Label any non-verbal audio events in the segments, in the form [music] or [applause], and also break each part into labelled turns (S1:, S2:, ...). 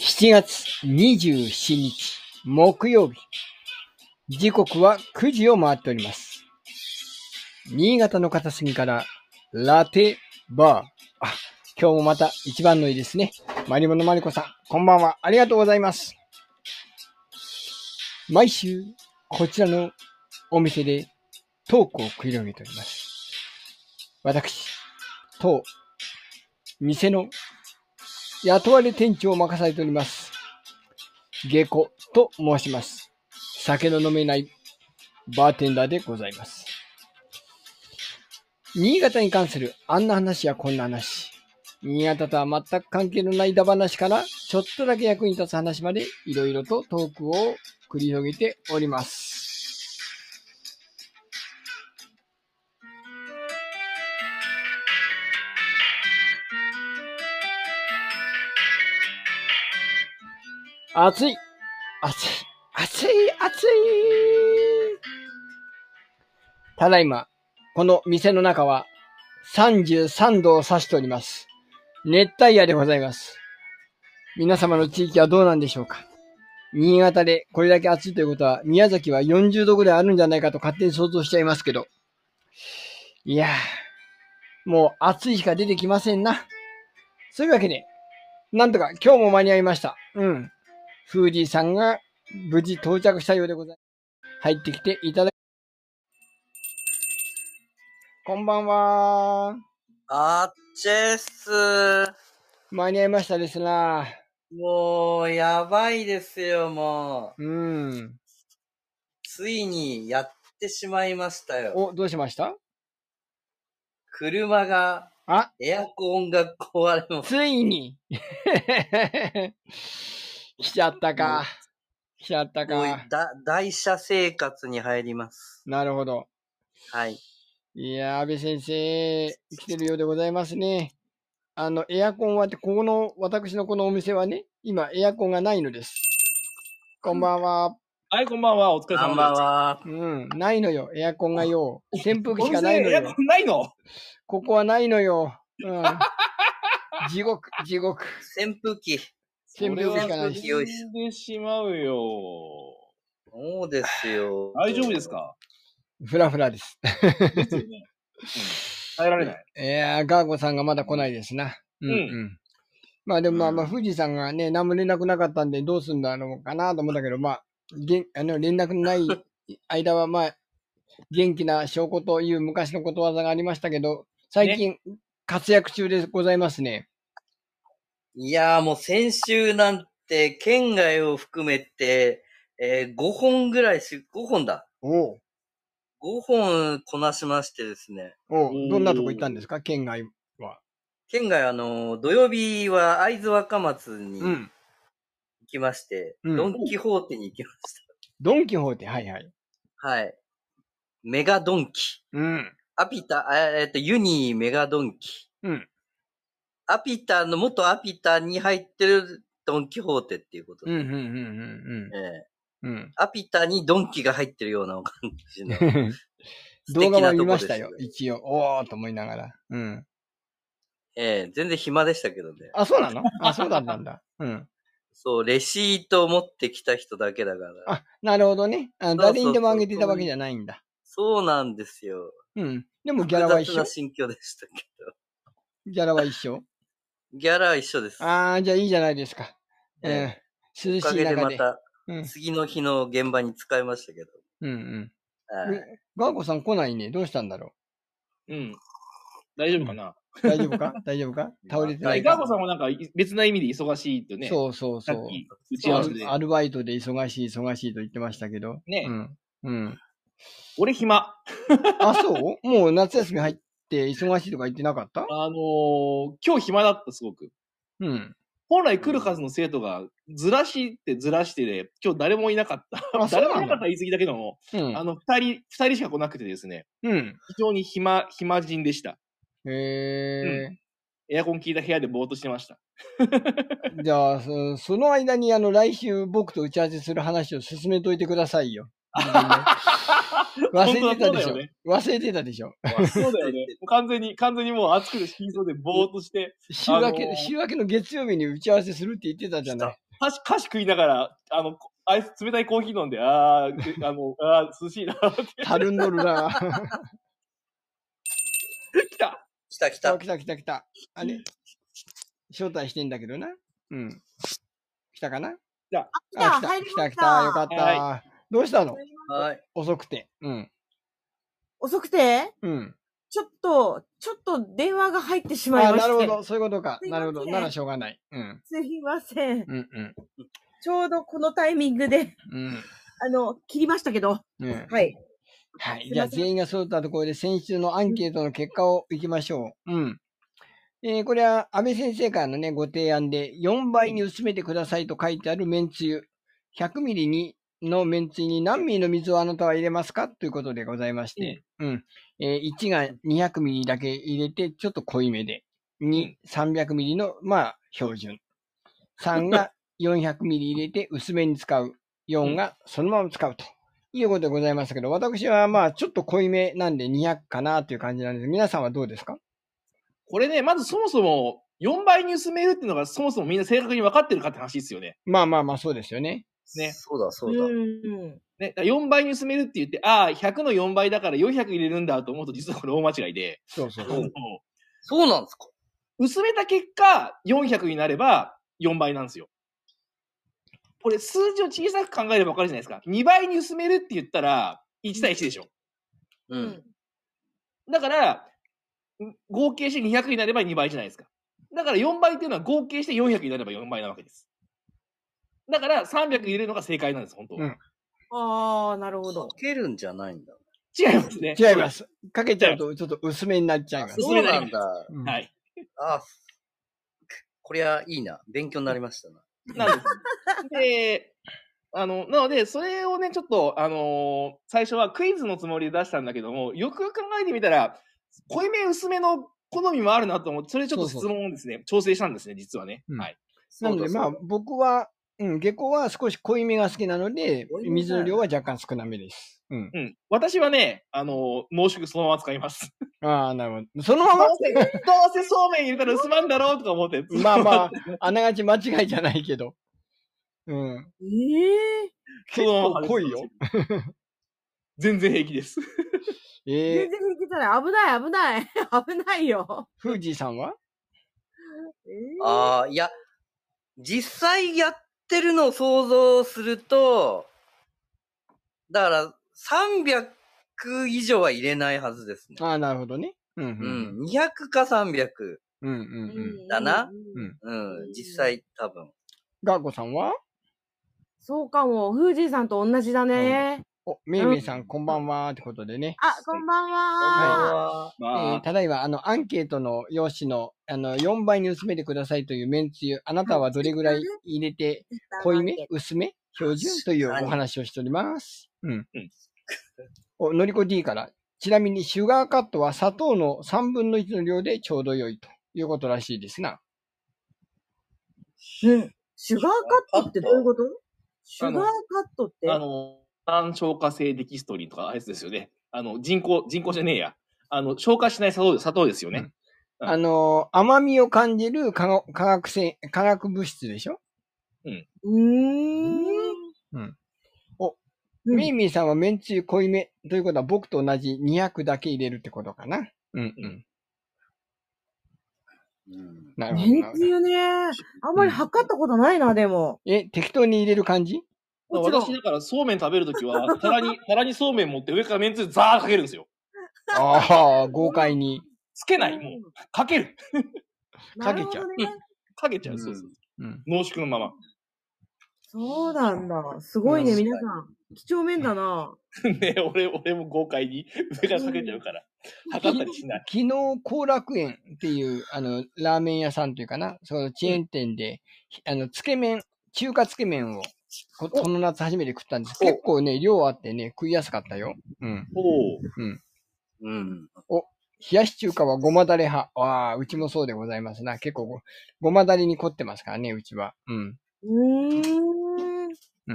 S1: 7月27日木曜日。時刻は9時を回っております。新潟の片隅からラテバー。あ、今日もまた一番のいいですね。マリモのマリコさん、こんばんは。ありがとうございます。毎週、こちらのお店でトークを繰り広げております。私、当、店の雇われ店長を任されております。下戸と申します。酒の飲めないバーテンダーでございます。新潟に関するあんな話やこんな話、新潟とは全く関係のないだ話から、ちょっとだけ役に立つ話まで、いろいろとトークを繰り広げております。暑い暑い暑い暑いただいま、この店の中は33度を指しております。熱帯夜でございます。皆様の地域はどうなんでしょうか新潟でこれだけ暑いということは、宮崎は40度ぐらいあるんじゃないかと勝手に想像しちゃいますけど。いやー、もう暑いしか出てきませんな。そういうわけで、なんとか今日も間に合いました。うん。フーディーさんが無事到着したようでございます。入ってきていただき、こんばんは。
S2: あっちぇっす。
S1: 間に合いましたですな。
S2: もう、やばいですよ、もう。
S1: うん。
S2: ついにやってしまいましたよ。
S1: お、どうしました
S2: 車が、
S1: あ、
S2: エアコンが壊れます。
S1: ついに [laughs] 来ちゃったか。来ちゃった
S2: もう
S1: か。
S2: だ、台車生活に入ります。
S1: なるほど。
S3: [laughs]
S2: はい。
S1: いやー、安倍先生、来てるようでございますね。あの、エアコンはって、ここの、私のこのお店はね、今、エアコンがないのです。こんばんは。
S3: はい、こんばんは。お疲れ様です。
S2: こんばんは。
S1: うん、ないのよ、エアコンがよ。扇風
S3: お
S1: 機し
S3: 店
S1: かないの
S3: エアコ
S1: よ。
S3: ンないの
S1: ここはないのよ。うん。地獄、地獄。
S2: 扇風機。
S1: 扇風機しかないし。
S2: よいし
S3: 死んでしまうよ。
S2: そうですよ。
S3: 大丈夫ですか
S1: ふらふらです。
S3: ですよね。うん、耐えられない。
S1: いやー、ガーゴさんがまだ来ないですな。うん、う
S3: うん
S1: ん。まあでもまあまあ、
S2: うん
S1: 富士山がね、何も連絡なかったんで、どうするんだろうかなと思ったけど、まあ、げんあの連絡ない間は、まあ、元気な証拠という昔のことわざがありましたけど、最近、活躍中でございますね。
S2: いやーもう先週なんて、県外を含めて、え5本ぐらいし、5本だ。
S1: おう
S2: 5本こなしましてですね。
S1: おう
S3: おー
S1: どんなとこ行ったんですか県外。
S2: 県外、あの、土曜日は会津若松に
S1: う
S2: 行
S1: ん。
S2: きまして、
S1: うん
S2: ドン・キホーテに行きまし
S1: ドンキホーテ、はいはい。
S2: た。はい。メガドンキ。
S1: うん。
S2: アピタ、あえっと、ユニーメガドンキ。
S1: うん。
S2: アピタの、元アピタに入ってるドン・キホーテっていうこと
S1: う
S2: で
S1: ん、うん、う
S2: す
S1: ん
S2: ね。、ええ
S1: うん、うん。
S2: アピタにドンキが入ってるような感
S1: [laughs]
S2: じの
S1: う。ん。動画は見ま
S2: 素
S1: し
S2: 敵な
S1: たよ
S2: とこ。です
S1: 一応、おーっと思いながら。うん。
S2: ええ全然暇でしたけどね。
S1: あ、そうな
S2: [laughs]
S1: のあ、そうだったんだ。うん。
S2: そう、レシートを持ってきた人だけだから。
S1: あ、なるほどね。あ
S2: そうそうそう
S1: 誰にでもあげてたわけじゃないんだ。
S2: そうなんですよ。
S1: うん。でもギャ
S2: 複
S1: ラは
S2: 雑
S1: 一緒
S2: な心境でしたけ
S1: ギャラは一緒
S2: ど。ギャラは一緒です。
S1: ああ、じゃあいいじゃないです
S2: [laughs]
S1: か。うん。
S2: ええ
S1: 涼しい
S2: おかげで
S1: 中
S2: ま
S1: で。
S2: た、
S1: うん。
S2: 次の日の現場に使いましたけど。
S1: うんうん。
S2: はい
S1: えガーコさん来ないね。どうしたんだろ
S3: うん。大丈夫かな、
S1: う大丈夫
S2: [laughs]
S1: か大丈夫か倒れてな
S3: はいい、ガー
S1: か
S3: コさんもなんかい別な意味で忙しいってね。う。
S1: そうそう
S3: さ
S1: そ
S3: っ
S1: う。
S3: き、打ち合
S1: ア
S3: わせで
S1: ル。アルバイトで忙しい忙しいと言ってましたけど。
S3: ね
S1: うん。うん。
S3: 俺暇。
S1: [laughs] あ、そうもう夏休み入って忙しいとか言ってなかった
S3: あのー今日暇だった、すごく。
S1: うん。
S3: 本来来るはずの生徒が、ずらしてずらしてで、今日誰もいなかった。
S1: あ、そう
S3: 誰もい
S1: な
S3: なかったら言い過ぎだけども、あ
S1: の
S3: の、二人、二人しか来なくてですね、
S1: うん。うん。
S3: 非常に暇、暇人でした。
S1: へえ。
S3: エアコン効いた部屋でぼーっとしてました。 [laughs]
S1: じゃあ、そその間に、あの、来週僕と打ち合わせする話を進めといてくださいよ。忘れてた
S3: 本
S1: で
S3: 当だそうだ
S1: しょ
S3: よ、ね
S1: 忘れてたでしょ
S3: そうだよね。もう完全に、完全にもう暑くて死にそうでぼーっとして、
S1: 週明け、
S3: あのー
S1: 週明けの月曜日に打ち合わせするって言ってたじゃない。
S3: 箸、箸食いながら、あの、こアイス、冷たいコーヒー飲んで、あー、あ [laughs] の、あー、涼しいなって。
S1: たるんどる
S3: [laughs]
S1: な。
S3: 来た
S2: 来た来
S1: あ
S2: た。
S1: 来た来た来た。あれ招待してんだけどな。うん。来たかな
S3: 来た。
S1: あ、
S4: 来た入
S1: 来
S4: り
S1: た
S4: ま
S1: 来
S4: した
S1: た。よかった。
S3: は
S1: どうしたの
S2: はい。
S1: 遅くて。うん。
S4: 遅くて
S1: うん。
S4: ちょっと、ちょっと電話が入ってしまい
S1: あ
S4: まして。
S1: なるほど。そういうことか。
S4: すい
S1: な
S4: ませ
S1: る
S4: ん
S1: ほど。ならしょうがない。うん。
S4: すいません。
S1: うんうん。
S4: ちょうどこのタイミングで、 [laughs]
S1: うん。
S4: あの、切りましたけど。
S1: うん、
S4: はい。
S1: はい。
S4: すいません
S1: じゃあ、全員が揃ったところで、先週のアンケートの結果をいきましょう。うん。えーこれは、安倍先生からのね、ご提案で、4倍に薄めてくださいと書いてあるめんつゆ。100ミリに、のめんつゆに何ミリの水をあなたは入れますかということでございまして。うん。えー1が200ミリだけ入れて、ちょっと濃いめで。2、300ミリの、まあ、標準。3が400ミリ入れて、薄めに使う。4がそのまま使うと。いうことでございましたけど、私はまあちょっと濃いめなんで200かなという感じなんです皆さんはどうですか
S3: これね、まずそもそも、4倍に薄めるっていうのが、そもそもみんな正確に分かってるかって話ですよね。
S1: まあまあまあそうですよね。
S3: ね
S2: そうだそうだ。
S4: うん。
S3: ね、だから4倍に薄めるって言って、ああ、100の4倍だから400入れるんだと思うと、実はこれ大間違いで、
S1: そうそう
S3: あ
S1: そう。
S3: の
S2: そうなんですか
S3: 薄めた結果、400になれば4倍なんですよ。これ、数字を小さく考えれば分かるじゃないですか。2倍に薄めるって言ったら、1対1でしょ。
S2: う。
S4: うんん。
S3: だから、ん合計して200になれば2倍じゃないですか。だから4倍っていうのは合計して400になれば4倍なわけです。だから300入れるのが正解なんです、本当。
S1: うん
S4: ああ、なるほど
S2: か。けるんじゃないんだ。
S3: 違いますね。
S1: 違いま。す。かけちゃうとちょっと薄めになっちゃいます。
S2: そうなんだ。
S1: うん
S3: はい。
S2: あ、こりゃいいな。勉強になりましたな。
S3: なんです。で、あの、なので、それをね、ちょっと、あのー最初はクイズのつもりで出したんだけども、よくよく考えてみたら、濃いめ、薄めの好みもあるなと思って、それちょっと質問をですね、調整したんですね、実はね。
S1: うん
S3: はい。
S1: なのでまあ
S2: そうだ
S1: 僕は、うん、下校は少し濃いめが好きなので
S2: 濃い、めだ
S1: 水の量は若干少なめです。うん。
S3: うん。私はね、あのー、濃縮そのまま使います。
S1: ああ、なるほど。そのま
S3: どう
S1: ま、
S3: せ、どうせそうめん入れたら薄まんだろうとか思って。
S1: まあ
S3: [laughs]
S1: まあ、あながち間違いじゃないけど。うん。
S4: ええ
S1: 結構濃いよ。。
S3: 全然平気です。
S1: ええ
S4: 全然弾けたら危ない危ない [laughs] 危ないよ。
S1: 富士さんは
S4: えー
S2: ああ、いや、実際やってるのを想像すると、だから300以上は入れないはずですね。
S1: ああ、なるほどね。うん
S2: う。ん、200か300。
S1: うんうんうん。
S2: だな
S4: うん
S1: うん
S2: うん、実際多分。
S1: ガーコさんは
S4: そうかも。フージーさんと同じだね。
S1: お、めいめいさん、こんばんは、ってことでね。
S4: あ、こんばんは。
S2: あ
S1: え
S3: ま
S1: ーただいま、あの、アンケートの用紙の、あの、4倍に薄めてくださいというめんつゆ、あなたはどれぐらい入れて、濃いめ薄め標準というお話をしております。うん
S3: うん。
S1: [laughs] お、のりこ D から。ちなみに、シュガーカットは砂糖の3分の1の量でちょうど良いということらしいですな。
S4: うん。シュガーカットってどういうことシ
S3: あ
S4: ュガ
S3: の
S4: ーカットって
S3: あの、単消化性デキストリンとか、あいつですよね。あの、人工、人工じゃねえや。あの、消化しない砂糖砂糖ですよね。うん
S1: あの、甘みを感じる化学化学性、化学物質でしょ
S4: うーん。うん
S1: ミーミーさんはめんつゆ濃いめということは僕と同じ200だけ入れるってことかな。うんうん。
S2: ーうん
S1: なるほどなる
S4: めん
S1: ほ
S4: つ
S1: ど。
S4: ゆね。あんまり測ったことないな、でも。
S1: え、適当に入れる感じ
S4: もちろん
S3: 私、だから、そうめん食べるとき [laughs] は、皿に、皿にそうめん持って上からめんつゆザーかけるんですよ。
S1: ああ、豪快に。
S3: つけない、もう。かける。
S1: かけちゃう
S4: なるほどね
S3: かけちゃ
S1: う
S3: う。
S1: ん
S3: そうそう
S1: うん。
S3: 濃縮のま [laughs] ま。
S4: そうなんだ。すごいね、
S2: うん
S4: 皆さん。貴重面だな。
S3: ね俺、俺も豪快に上からかけちゃうから。測ったりしない。
S1: 昨日、後楽園っていう、あの、ラーメン屋さんというかな、そのチェーン店で、あの、つけ麺、中華つけ麺を、ここの夏初めて食ったんです。
S2: お
S1: 結構ね、量あってね、食いやすかったよ。うん。
S3: [laughs] おう
S2: うん。
S1: 冷やし中華はごまだれ派。ああ、うちもそうでございますな。結構ご、ごまだれに凝ってますからね、うちは。うん。
S4: うー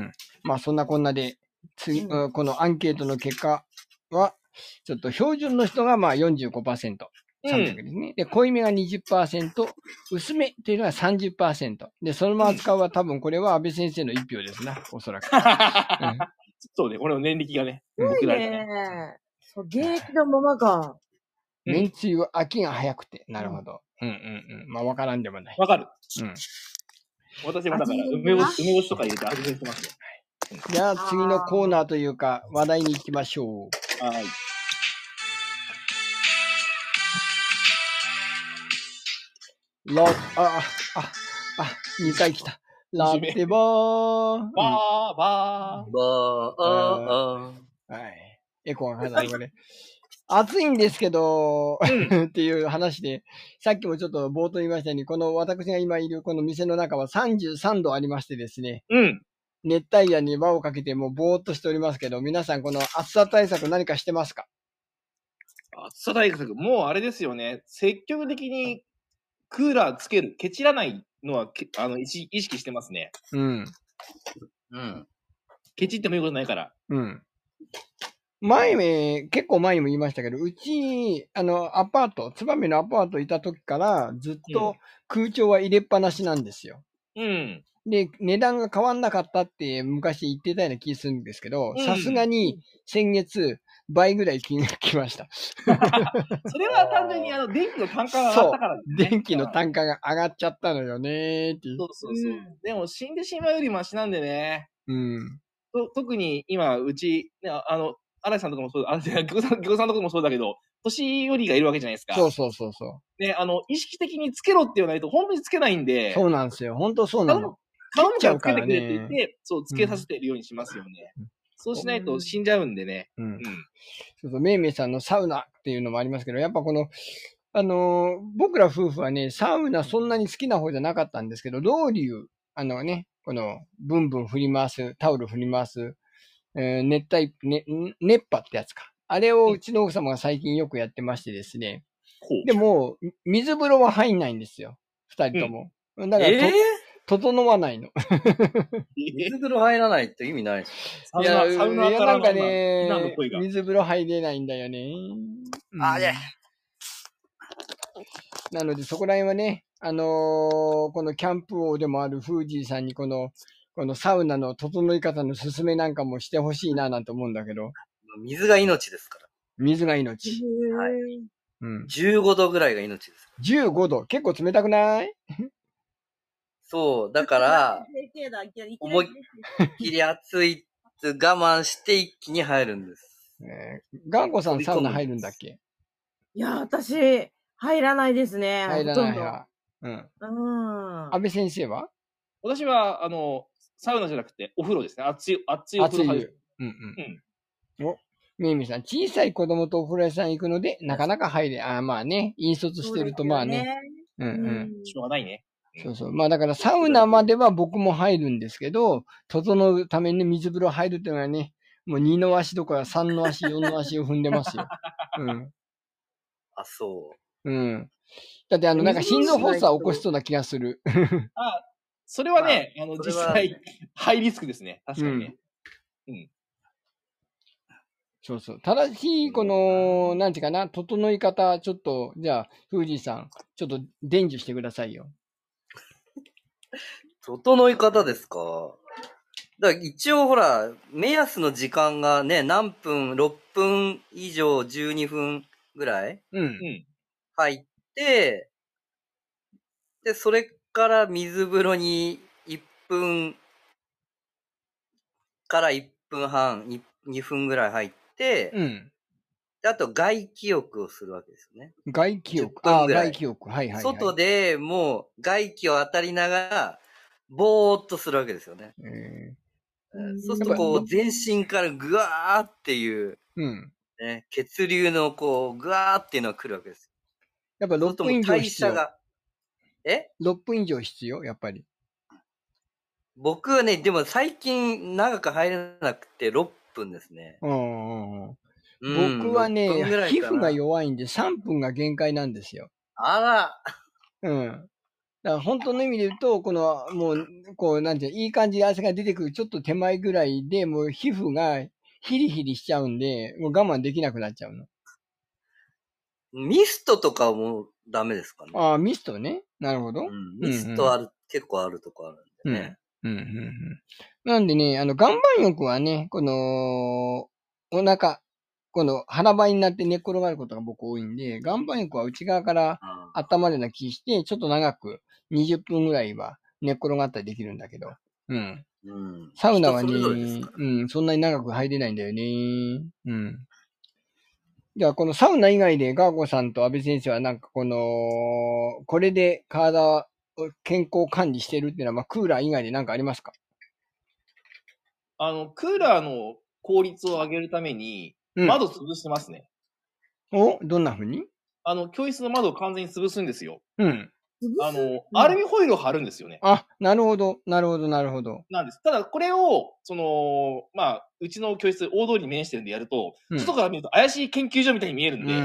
S4: ん。
S1: まあそんなこんなで、次、うんこのアンケートの結果は、ちょっと標準の人がまあ45%。
S3: う
S1: 300で
S3: ん。
S1: すね。で、濃いめが20%、薄めっていうのが30%。で、そのまま使うは多分これは安倍先生の一票ですな、おそ [laughs] らく。うん
S3: [laughs] そうね、俺の年力がね、
S1: うん
S3: 僕ら
S4: ね
S3: よね。
S4: え。そう、現役のままか。
S3: うん
S1: めんつゆは秋が早くて。なるほど。うんうんうん。まあ、わからんでもない。
S3: わかる。
S1: うん。
S3: 私もだから、
S4: 味
S3: 梅干し、梅干しとか入れて味見してますよ。
S1: じゃあ、次のコーナーというか、話題に行きましょう。
S3: はい。
S1: ラ、あ、あ、あ、あ、2回来た。ラテバー。うんは
S3: ばー、
S2: ば
S3: ば
S2: ー、あー、あー。
S1: い。エコーが始まる。 [laughs] 暑いんですけど、 [laughs] っていう話で、さっきもちょっと冒頭言いましたように、この私が今いるこの店の中は33度ありましてですね、
S3: ー。うん。
S1: 熱帯夜に輪をかけてもうぼーっとしておりますけど、皆さんこの暑さ対策何かしてますか
S3: 暑さ対策、もうあれですよね、積極的にクーラーつける、ケチらないのはけあの意識意識してますね。
S1: うん。
S2: うん。
S3: ケチってもいいことないから。
S1: うん。前め、結構前にも言いましたけど、うち、あの、アパート、燕のアパートいた時から、ずっ
S3: う
S1: と
S3: ん
S1: 空調は入れっぱなしなんですよ。
S3: うん。
S1: で、値段が変わんなかったって昔言ってたような気するんですけど
S3: う、ん
S1: さすがに先月、倍ぐらい金額きました。
S3: それは単純にあの電気の単価が上がった [laughs] から、ね。
S1: 電気の単価が上がっちゃったのよねーっていう
S3: そうそうそう。
S4: うん
S3: でも死んでしまうよりマシなんでね。
S1: うん。
S3: と特に今、うち、ね、ああの、荒井さんとかもそうだ、あ、ぎょうさん、ぎょうさんとかもそうだけど、年寄りがいるわけじゃないですか。
S1: そうそうそうそ
S3: ね、あの、意識的につけろって言わないと、本当につけないん
S1: う。
S3: で、
S1: そうなんですよ。本当そうなの。
S3: 頼む
S1: ち
S3: か
S1: ゃ
S3: ら
S1: う
S3: つ
S1: か
S3: けて
S1: ら
S3: く
S1: ね
S3: れって言って、そう、つけさせてるようにしますよね。
S1: うん
S3: そうしないと死んじゃうんでね。
S1: うん
S3: う。ん。
S1: そうそう、めいめいさんのサウナっていうのもありますけど、やっぱこの、あのー僕ら夫婦はね、サウナそんなに好きな方じゃなかったんですけど、ロウリュウ、あのね、この、ブンブン振り回す、タオル振り回す、えー熱帯、ね、ん熱波ってやつか。あれをうちの奥様が最近よくやってましてですね。
S3: こう
S1: でも、み水風呂は入んないんですよ。二人とも。だからと、
S2: え
S1: 整わないの。
S2: ー、水風呂入らないって意味ないです
S3: サウ
S1: い
S3: ナ
S1: や、
S3: サウナ
S1: いや
S3: か
S1: な
S3: ら
S1: んか
S3: 避
S1: ね
S3: 難の声、が。
S1: 水風呂入れないんだよね。
S2: あいや
S1: なので、そこら辺はね、あのーこのキャンプ王でもあるフージーさんに、この、このサウナの整い方の勧めなんかもしてほしいななんて思うんだけど、
S2: 水が命ですから。
S1: 水が
S4: へ
S1: 命。
S4: え
S2: はい
S1: うん。
S2: 15度ぐらいが命です。
S1: 15度、結構冷たくない
S2: そう、だ [laughs] から、
S4: 平気だいきなりいきなり
S2: 思いっきり暑いって我慢して一気に入るんです。
S1: えー、ガンコさんサウナ入るんだっけ
S4: いや、私、入らないですね。
S1: 入ら
S4: ほ
S1: な
S4: と
S1: い
S4: んど
S1: 派。うん。
S4: うん。
S1: 安倍先生は
S3: 私は、あの、サウナじゃなくて、お風呂ですね。熱い、熱いお
S1: 熱
S3: 風呂
S1: い
S3: 入
S1: 湯
S3: る。。
S1: うんうん。お、めいめいさん、小さい子供とお風呂屋さん行くので、なかなか入れ、あーまあね、引率してるとまあね。。うん
S4: う
S1: うん。
S4: ん
S3: しょうがないね。
S1: そうそう。まあだからサウナまでは僕も入るんですけど、整うために水風呂入るっていうのはね、もう二の足どころか三の
S2: [laughs]
S1: 足、四の足を踏んでますよ。うん。
S2: あ、そ
S1: うん。だってあの、なんか心臓発作を起こしそうな気がする。
S3: それはね、あの、
S2: そ
S3: 実
S2: れは
S3: 際、ハイリスクですね。確かにね。
S1: そうそう。正しい、この、なんていうかな、整い方、ちょっと、じゃあ、フージーさん、ちょっと伝授してくださいよ。
S2: う。整い方ですか。だから一応ほら、目安の時間がね、何分、6分以上12分ぐらい
S1: うん。
S2: 入って、で、それから水風呂に1分から1分半、い2分ぐらい入って、
S1: うん。
S2: であと外気浴をするわけですよね。
S1: 外気浴。
S2: 10
S1: あ
S2: 分
S1: あ、
S2: ぐらい
S1: 外気浴。はいはい、はい。
S2: 外でもう外気を当たりながら、ぼーっとするわけですよね。
S1: えー
S4: うん
S2: そうするとこ
S1: やっ
S2: う全身からぐわーっていう、
S1: うん。
S2: ね、血流のこうぐわーっていうのが来るわけです。
S1: やっぱ
S2: そうす
S1: 6
S2: ると
S1: 分以
S2: もう
S1: 上
S2: 代
S1: 必
S2: 謝
S1: 要。
S2: が。え
S1: 6分以上必要、やっぱり。
S2: 僕はね、でも最近長く入れなくて6分ですね。
S1: うんうんうん。
S2: うん
S1: 僕はね
S2: 6分ぐら、い
S1: 皮
S2: かな
S1: 膚が弱いんで3分が限界なんですよ。
S2: あら、
S1: うん。だから本当の意味で言うと、この、もう、こう、なんていうの、いい感じで汗が出てくるちょっと手前ぐらいで、もう皮膚がヒリヒリしちゃうんで、もう我慢できなくなっちゃうの。
S2: ミストとかもダメですかね。
S1: ああ、ミストね。なるほど。
S2: うん、ミストある、結構あるとこあるんでね。
S1: うんうんうんなんでね、あの、岩盤浴はね、この、お腹、この腹ばいになって寝っ転がることが僕多いんで、岩盤浴は内側から
S2: うん
S1: 温まるような気して、ちょっと長く20分ぐらいは寝っ転がったりできるんだけど。うん。
S2: うん
S1: サウナはね、
S2: 人それぞれですか
S1: うん、そんなに長く入れないんだよね。うん。じゃあ、このサウナ以外でガーゴさんと安部先生はなんかこの、これで体を健康管理してるっていうのは、まあ、クーラー以外で何かありますか
S3: あの、クーラーの効率を上げるために、
S1: うん。
S3: 窓潰してますね。
S1: おどんな風に
S3: あの、教室の窓を完全に潰すんですよ。
S1: うん。
S3: あの、アルミホイルを貼るんですよね。
S1: あ、なるほど、なるほど、なるほど。
S3: なんです。ただ、これを、その、まあ、うちの教室、大通りに面してるんでやると、
S1: うん
S3: 外から見ると怪しい研究所みたいに見える
S1: うんん
S3: で、
S1: うんう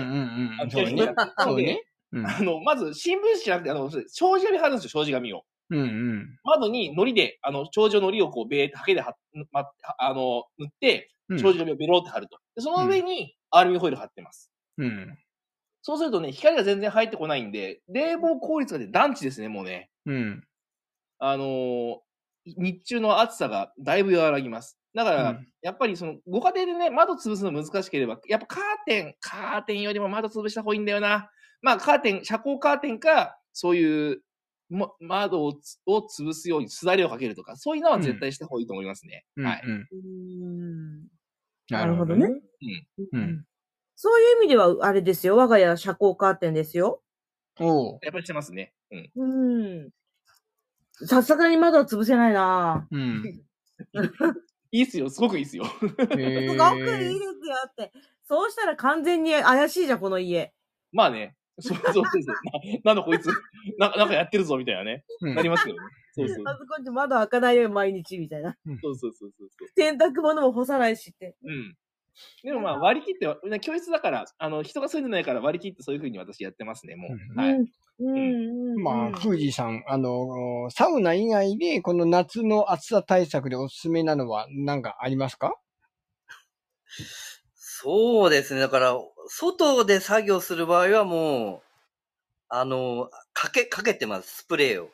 S3: あ
S1: ん。
S3: の
S1: そうね。そうね。うん
S3: あの、まず、新聞紙じゃなくて、あの、障子紙貼るんですよ、障子紙を。
S1: うんうん
S3: 窓に糊で、あの、障子の糊をこう、べーって、はけで貼っ、ま、あの、塗って、
S1: うん。
S3: 障子紙をベローって貼ると。で、その上に、アルミホイル貼ってます。
S1: うん。
S3: そうするとね、光が全然入ってこないんで、冷房効率がね、団地ですね、もうね。
S1: うん。
S3: あのー日中の暑さがだいぶ和らぎます。だから、
S1: うん
S3: やっぱりその、ご家庭でね、窓潰すの難しければ、やっぱカーテン、カーテンよりも窓潰した方がいいんだよな。まあ、カーテン、遮光カーテンか、そういう、も窓をつを潰すようにすだれをかけるとか、そういうのは絶対した方がいいと思いますね。
S1: うん。
S3: はいう
S1: ん
S4: うん
S1: な
S4: な
S1: る
S4: る
S1: ほ
S4: ほ
S1: ど
S4: ど
S1: ね
S4: ね。。
S1: う
S4: うんんそういう意味では、あれですよ。我が家遮光カーテンですよ。
S1: おう。
S3: やっぱりしてますね。うん。
S4: うん。さすがに窓は潰せないな [laughs]
S1: うん。
S3: いいっすよ、すごくいいっすよ。 [laughs]
S1: へ
S4: ぁ。
S1: ー
S4: すごくいいですよって。そうしたら完全に怪しいじゃん、この家。
S3: まあね、そうそうそうそう。ななんだこいつ、ななんかやってるぞ、みたいなね。
S1: うん
S3: なりますよね。そうそう
S4: あそこに窓開かないよ、毎日みたいな。
S3: そうそうそうそうそう。
S4: 洗濯物も干さないしって。
S3: うん。でもまあ割り切っては、教室だから、あの、人が住んでないから割り切ってそういうふうに私やってますね、も
S1: うん
S3: う。はい。
S4: うん。うん。うん
S1: まあ、富士さん、あの、サウナ以外で、この夏の暑さ対策でおすすめなのは何かありますか
S2: そうですね。だから、外で作業する場合はもう、あの、かけ、かけてます、スプレーを。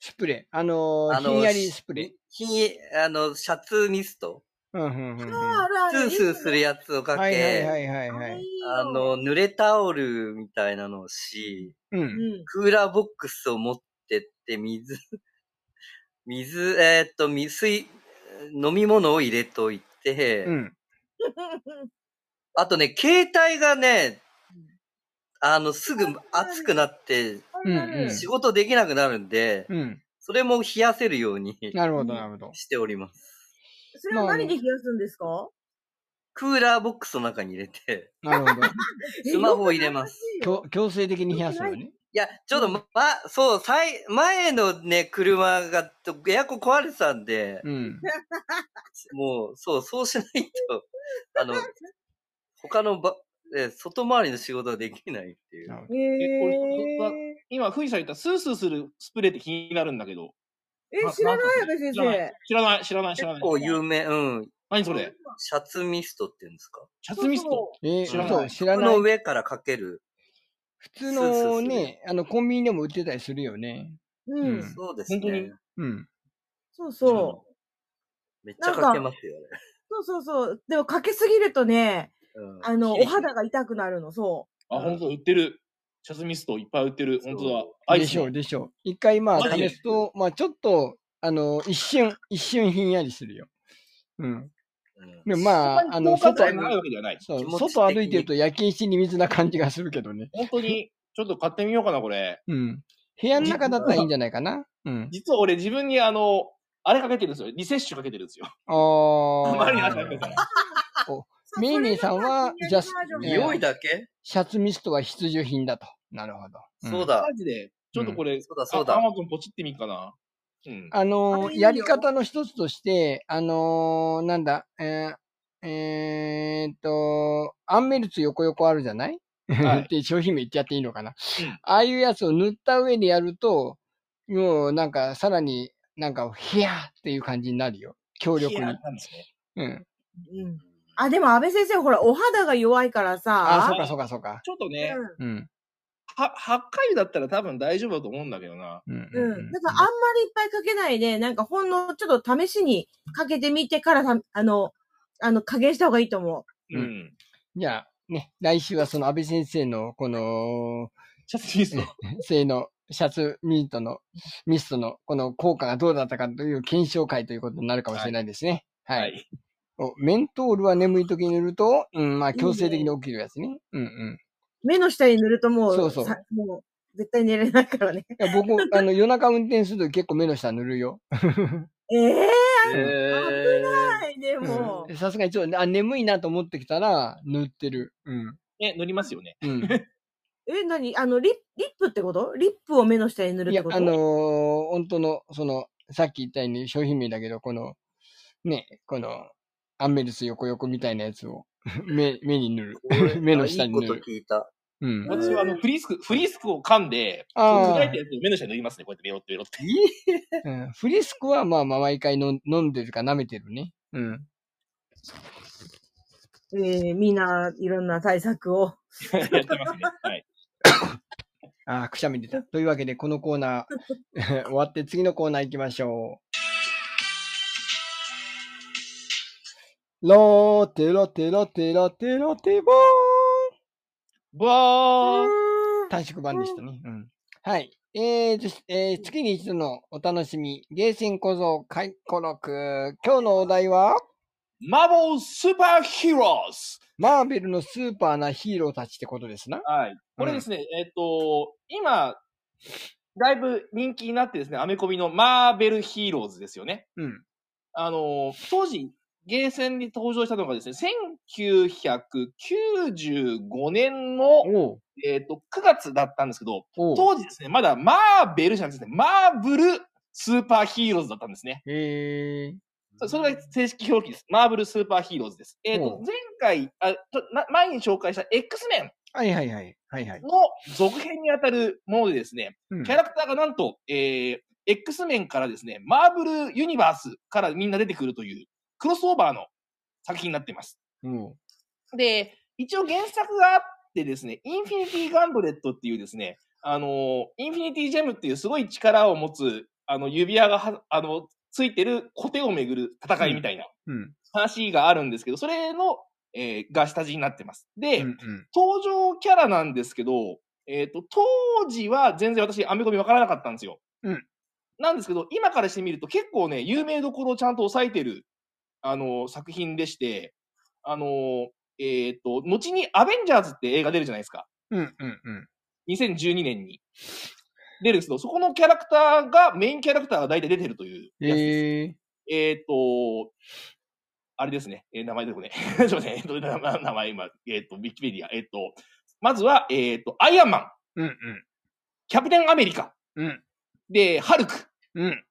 S1: スプレー。あの、
S2: あの
S1: ひんやりスプレー。
S2: ひんえ、あの、シャツミスト。
S1: うん、うん、うんうん。
S4: あ
S1: は
S4: るあ
S2: ス
S4: る。
S2: ースーするやつをか
S1: いはいは
S2: け、
S1: いはい
S4: あ
S1: は
S4: れ
S1: い。
S4: いいよ
S2: あ、の、濡れタオルみたいなのをし、
S1: う。
S4: うんん。
S2: クーラーボックスを持ってって、水、 [laughs] 水、えーっと、水、水飲み物を入れといて、
S1: うん。
S2: あとね、携帯がね、あの、すぐ熱くなって、
S1: うん
S4: あるある
S2: 仕事できなくなるんで、
S1: うん。
S2: それも冷やせるように
S1: なるほど、なるほど。
S2: しております。
S4: それを何で冷やすんですか
S2: クーラーボックスの中に入れて、
S1: なるほど。
S2: スマホを入れます。
S1: きょ強制的に冷やすよね。
S2: いや、ちょっとま、まそう、さい前のね、車が、とエアコン壊れてたんで、
S1: うん。
S2: もう、そう、そうしないと、あの、他のば、え外回りの仕事はできないってい
S1: なる
S2: う。
S1: ほ
S4: え
S1: ど
S4: ー、
S3: 今、富士さん言ったスースーするスプレーって気になるんだけど。
S4: え、知らないよね、先
S3: 知らない
S4: 生。、
S3: 知らない、知らない、知らない。
S2: 結構有名、うん。
S3: 何それ
S2: シャツミストって言うんですか
S3: シャツミスト。
S1: えー、
S3: 知らない
S1: そう、知ら
S2: 服
S1: ない
S2: の。上からかける。
S1: 普通
S2: スースー
S1: の
S2: する
S1: ね、あの、コンビニでも売ってたりするよね。
S4: う
S1: うん
S4: ん。
S2: そうですね。
S3: 本当に
S1: うん。
S4: そうそう。
S2: めっちゃかけますよね。
S4: そうそうそう。でもかけすぎるとね、
S2: うん
S4: あの、
S3: ヒリヒリ
S4: お肌が痛くなるの、そ
S3: あ、本当売ってる。シャツミストいっぱい売ってる。本当だ。ア
S1: で
S3: イ
S1: し
S3: ス
S1: ょ
S3: も
S1: う、。でしょう。一回まあ、
S3: マジ
S1: 試
S3: です
S1: と、まあ、ちょっと、あの、一瞬、一瞬ひんやりするよ。うん。
S2: うん
S1: でもまあ、あの、
S3: 効果
S1: 外
S3: はないわけではない。
S1: そ
S2: 気
S1: う
S2: 持ち
S1: 外
S2: 的
S1: 歩
S2: に
S1: いてると焼け石に水な感じがするけどね。
S3: 本当に、ちょっと買ってみようかな、これ。
S1: うん。部屋の中だったらいいんじゃないかな。うん。
S3: 実は俺自分にあの、あれかけてるんですよ。リセッシュかけてるんですよ。
S1: あ
S3: あまりなかっ
S1: ー。
S3: た
S4: う。
S1: メイメイさんはジャスね
S2: 匂いだけ
S1: シャツミストは必需品だと。なるほど。ん
S2: そう。だ
S3: マ。ジで、ちょっとこれ、
S2: そうだ、そうだ
S3: ア。マゾンポチってみっかな。うん。
S1: あの
S4: あ
S1: ー
S4: いいよ
S1: やり方の一つとして、あのーなんだ、えー、えーっと、アンメルツ横横あるじゃない、
S3: はい
S1: って商品名言ってやっていいのかな、
S3: うん
S1: ああいうやつを塗った上でやると、もうなんかさらになんかヒヤーっていう感じになるよ。強力
S3: ヒ
S1: に。
S3: ヤーなんですね。
S1: うん。
S4: うん。あ、でも安倍先生、ほら、お肌が弱いから
S1: あ
S4: さ。
S1: あ、そうかそうかそうか。
S3: ちょっとね、
S4: うん
S1: うん。
S3: は8回だったら多分大丈夫だと思うんだけどな。
S1: うん。
S4: うん。だからあんまりいっぱいかけないで、なんかほんのちょっと試しにかけてみてからた、あの、あの、加減した方がいいと思
S3: うん。
S1: うじゃあ、ね、来週はその安倍先生のこの、
S3: ちょっといいっすか
S1: 性のシャツミートの、ミストのこの効果がどうだったかという検証会ということになるかもしれないですね。はい。
S3: はい。
S1: おメントールは眠い時に塗ると、うん、まあ強制的に起きるやつね。うんうん。
S4: う。目の下に塗るともう、
S1: そうそう
S4: さもう、絶対寝れないか
S1: [laughs]
S4: らね。
S1: いや僕、あの、夜中運転するとき結構目の下塗るよ。
S4: ええ
S3: えー
S4: ー、でも、
S1: さすがにちょっと、あ、眠いなと思ってきたら、塗ってる。うん。
S3: ね、乗りますよね。
S1: うん。
S4: え、なにあの、リップ、リップってことリップを目の下に塗るっ
S1: い
S4: て
S1: や、
S4: こと
S1: あのー本当の、その、さっき言ったように商品名だけど、この、ね、この、アンメルス横横みたいなやつを、 [laughs] 目、目に塗る。 [laughs] 目の下に
S2: いい
S1: 塗
S2: こと
S1: る。
S2: 聞いた。
S1: うん。
S3: 私はあの、フリスク、フリスクを噛んで、
S1: あー
S3: 砕いたやつを目の下に塗りますね。こうやってベロッとベロッと。
S1: うんフリスクは、まあ、まあ、毎回のん飲んでるか舐めてるね。うん。
S4: えーみんないろんな対策を。
S3: やってますね。はい。
S1: あーくしゃみ出た。というわけで、このコーナ [laughs] ー、終わって次のコーナー行きましょう。ロテロテロテロテロテボーン
S3: バー
S1: 短縮版でしたね。うん。はい。えーと、えー月に一度のお楽しみ、ゲーセン小僧回顧録。今日のお題は、
S3: マーボースーパーヒーローズ
S1: マーベルのスーパーなヒーローたちってことですな。
S3: はい。これですね、えっ、と、今、だいぶ人気になってですね、アメコミのマーベルヒーローズですよね。
S1: うん。
S3: あの、当時、ゲーセンに登場したのがですね、1995年の、
S1: おう
S3: えっ、と、9月だったんですけど、
S1: おう
S3: 当時ですね、まだマーベルじゃなくて、マーブルスーパーヒーローズだったんですね。
S1: えー。
S3: そそれが正式表記です。マーブルスーパーヒーローズです。えっ、
S1: お
S3: と
S1: う、
S3: 前回あちょな、前に紹介した X メン
S1: はいはいはい。はいはい。
S3: の続編にあたるものでですね、
S1: うん
S3: キャラクターがなんと、えー、X 面からですね、マーブルユニバースからみんな出てくるという、クロスオーバーの作品になっています。
S1: おう
S3: で、一応原作があってですね、インフィニティガンブレットっていうですね、あのー、インフィニティジェムっていうすごい力を持つ、あの、指輪がは、あの、ついてるコテをめぐる戦いみたいな
S1: うん。
S3: 話があるんですけど、それの、えーが下地になってます。で、
S1: うん
S3: 登場キャラなんですけど、えっ、と、当時は全然私、アメコミわからなかったんですよ。
S1: うん
S3: なんですけど、今からしてみると結構ね、有名どころをちゃんと抑えてる、あの、作品でして、あの、えっ、と、後にアベンジャーズって映画出るじゃないですか。
S1: うん。うんうんうん。
S3: 2012年に。出るんですけど、そこのキャラクターが、メインキャラクターが大体出てるというやつです。
S1: えー。
S3: えっ、と、あれですね。えー名前出てこね。すい [laughs] ません。えーと、なな名前今、えっ、と、ウィキペディア。えっ、と、まずは、えっ、と、アイアンマン、
S1: うん
S3: キャプテンアメリカ、
S1: うん。うん。
S3: で、ハルク、
S1: うん。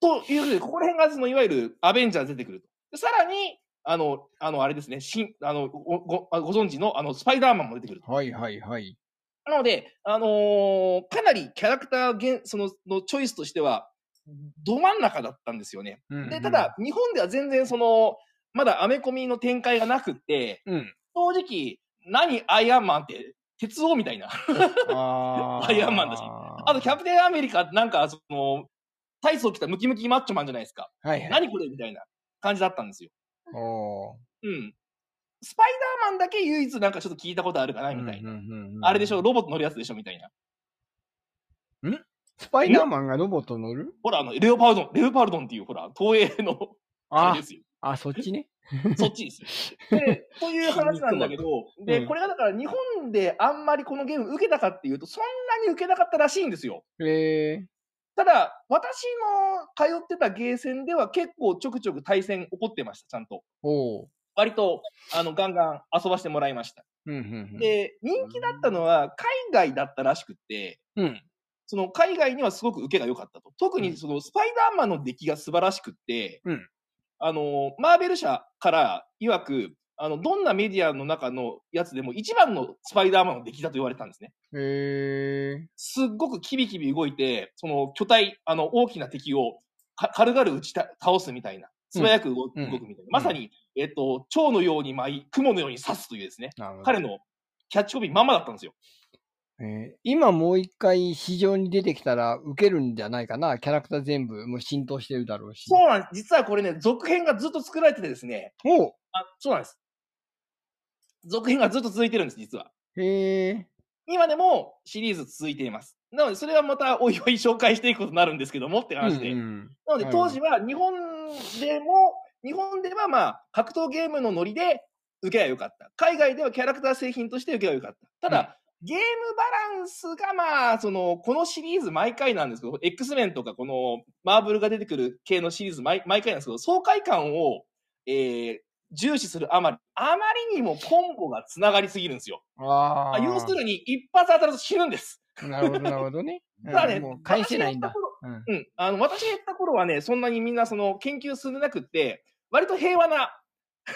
S3: ということで、ここら辺が、その、いわゆるアベンジャーズ出てくると。でさらに、あの、あの、あれですね、新、あの、ご、ごあご存知の、あの、スパイダーマンも出てくると。
S1: はいはいはい。
S3: なので、あのーかなりキャラクターげん、その、のチョイスとしては、ど真ん中だったんですよね。
S1: うん
S3: で、ただ、、日本では全然その、まだアメコミの展開がなくって、
S1: うん。
S3: 正直、何アイアンマンって、鉄王みたいな。
S1: あー
S3: [laughs] アイアンマンだしあと、キャプテンアメリカってなんか、その、体操着たムキムキマッチョマンじゃないですか。
S1: はいはい。
S3: 何これみたいな感じだったんですよ。
S1: お
S3: うん。スパイダーマンだけ唯一なんかちょっと聞いたことあるかな
S1: ー
S3: みたいな。
S1: うんうんうんうん
S3: あれでしょ、ロボット乗るやつでしょみたいな。
S1: スパイダーマンがロボット乗る
S3: ほら、あの、レオパルドン、レオパルドンっていう、ほら、東映の、あ
S1: あ
S3: れですよ。
S1: あ、そっち
S3: [laughs]
S1: ね。
S3: そっちです
S1: [laughs]
S3: よ。で、という話なんだけど、
S1: う
S3: で、
S1: ん
S3: これがだから日本であんまりこのゲーム受けたかっていうと、そんなに受けなかったらしいんですよ。
S1: え
S3: ただ、私の通ってたゲーセンでは結構ちょくちょく対戦起こってました、ちゃんと。
S1: ー、おう。
S3: 割と、あの、ガンガン遊ばしてもらいました。
S1: うんうんうん
S3: で、人気だったのは海外だったらしくって、
S1: うん。
S3: その海外にはすごく受けが良かったと。特
S1: うん
S3: にそのスパイダーマンの出来が素晴らしくって、
S1: うん
S3: あの、マーベル社から曰く、あの、どんなメディアの中のやつでも一番のスパイダーマンの出来だと言われたんですね。
S1: へえ。
S3: すっごくキビキビ動いて、その巨体、あの、大きな敵をか軽々打ちた倒すみたいな、素早く動く,、
S1: うん
S3: 動くみたいな。まさに、えっと、蝶のように舞い、雲のように刺すというですね、
S1: なるほど。
S3: 彼のキャッチコピーまんまだったんですよ。
S1: えー今もう一回市場に出てきたら受けるんじゃないかな。キャラクター全部もう浸透してるだろうし。
S3: そうなんです。実はこれね、続編がずっと作られててですね、
S1: お
S3: あそうなんです。続編がずっと続いてるんです、実は。
S1: へえ。
S3: 今でもシリーズ続いています。なので、それはまたおいおい紹介していくことになるんですけどもって話で。
S1: うんうん
S3: なので、当時は日本でも、日本ではまあ、格闘ゲームのノリで受けは良かった。海外ではキャラクター製品として受けは良かった。ただ、ゲームバランスがまあ、その、このシリーズ毎回なんですけど、X メンとかこのマーブルが出てくる系のシリーズ毎毎回なんですけど、爽快感を、えー重視するあまり、あまりにもコンボが繋がりすぎるんですよ。
S1: ああ。
S3: 要するに一発当たると死ぬんです。
S1: なるほど、なるほど
S3: [laughs]
S1: ね。
S3: だからね、
S1: うんもう返せないんだ。うん
S3: 私がやった頃。うん、あの私がやった頃はね、そんなにみんなその研究進んでなくって、割と平和な [laughs]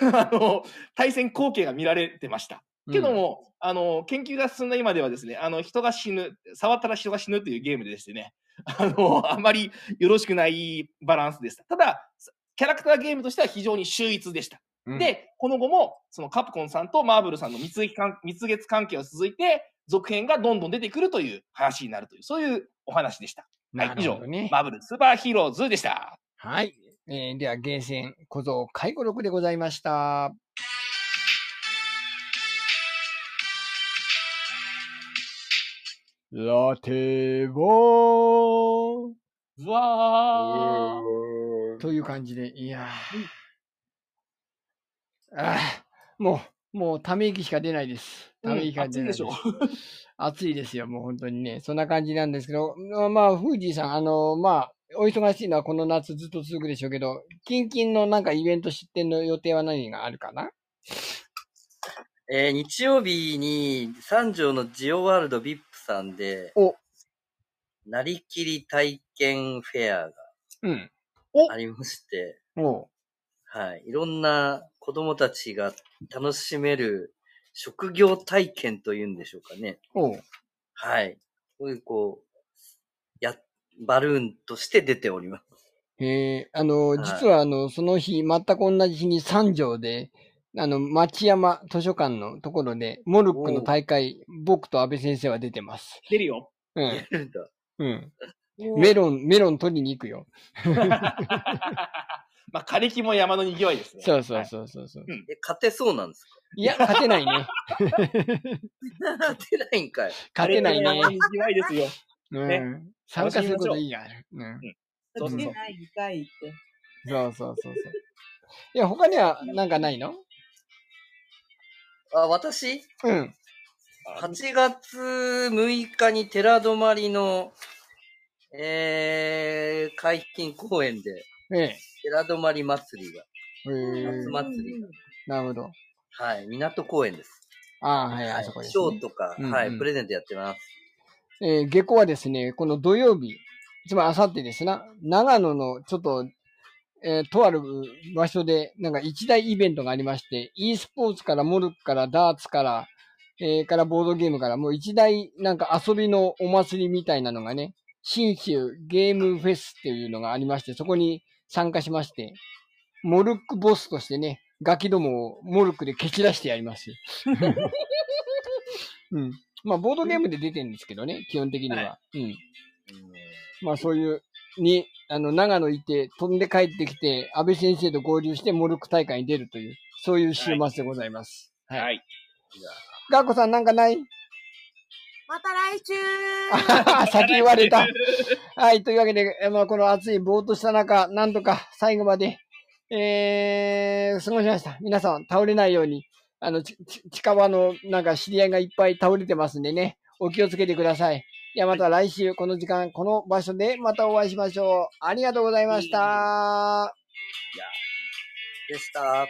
S3: あの対戦光景が見られてました。けども、あの研究が進んだ今ではですね、あの人が死ぬ、触ったら人が死ぬというゲームでしてね、あのあんまりよろしくないバランスでした。ただ、キャラクターゲームとしては非常に秀逸でした。
S1: うん、
S3: で、この後も、そのカプコンさんとマーブルさんの蜜月関蜜月関係が続いて、続編がどんどん出てくるという話になるという、そういうお話でした。
S1: なるほどね。
S3: マーブルスーパーヒーローズでした。
S1: はい。えーでは、厳選小僧介護録でございました。ラテボ
S3: うわー。
S1: ーという感じで、いやーあーもう、もうため息しか出ないです。
S3: うん
S1: ため息が出ないす
S3: 暑いでし
S1: [laughs] 暑いですよ、もう本当にね。そんな感じなんですけど、まあ、フージーさん、あの、まあ、お忙しいのはこの夏ずっと続くでしょうけど、近々のなんかイベント出店の予定は何があるかな
S2: えー日曜日に三条のジオワールド VIP さんで、
S1: お
S2: なりきり体験フェアが
S1: うん。
S2: ありまして、
S1: も
S2: はい。いろんな子供たちが楽しめる職業体験というんでしょうかね。
S1: う、おう。
S2: はい。こういう、こう、や、バルーンとして出ております。
S1: えー、あの、
S2: い
S1: 実はあの、その日、全く同じ日に三条で、あの、町山図書館のところで、モルックの大会、僕と安倍先生は出てます。
S3: 出るよ。
S1: うん。
S2: 出るんだ
S1: うん。
S4: お
S1: メロン、メロン取りに行くよ。
S3: まあ、枯れ木も山のにぎわいですね。
S1: そうそう
S3: はい
S1: そうそうそう。
S2: え、勝てそうなんですか
S1: いや、勝てないね。
S2: 勝てないんかい。
S1: [laughs] 勝てない
S3: 枯れ木も
S1: ね
S3: 山の。にぎわいですよ。
S1: うん。参加することいいがある。うん。
S3: そうそうそう
S4: ないんかいって。
S1: そうそうそうそう。いや、他にはなんかないの
S2: あ、私
S1: うん。
S2: 8月6日に寺泊の、えー、海浜公園で、
S1: ええ。
S2: 寺泊祭りが、
S1: えー
S2: 夏祭り
S4: うん
S1: なるほど。
S2: はい、港公園です。
S1: ああ、はい、
S2: は
S1: あ
S2: い
S1: そこで
S2: シ
S1: す、
S2: ョ
S1: ね
S2: ー。とか、
S1: うんうん
S2: はい、プレゼントやってます。
S1: えー、下校はですね、この土曜日、つまりあさってですな、長野のちょっと、えーとある場所で、なんか一大イベントがありまして、e スポーツからモルックからダーツから、えーからボードゲームから、もう一大なんか遊びのお祭りみたいなのがね、新州ゲームフェスっていうのがありまして、そこに参加しまして、モルックボスとしてね、ガキどもをモルックで蹴散らしてやります。うん。まあ、ボードゲームで出てるんですけどね、基本的には。
S3: は
S1: うん。
S2: うん
S1: まあ、 [laughs] そういう、に、あの、長野行って、飛んで帰ってきて、安倍先生と合流して、モルック大会に出るという、そういう週末でございます。はい。
S3: はい。
S1: ガーコさんなんかない
S4: また来
S1: [laughs]
S4: 週
S1: 先言われた。はい。というわけで、えまあ、この暑いぼーっとした中、なんとか最後まで、えー、過ごしました。皆さん、倒れないように、あの、ちち近場の、なんか知り合いがいっぱい倒れてますんでね、お気をつけてください。ではまた来週、この時間、この場所でまたお会いしましょう。ありがとうございました。
S2: でした。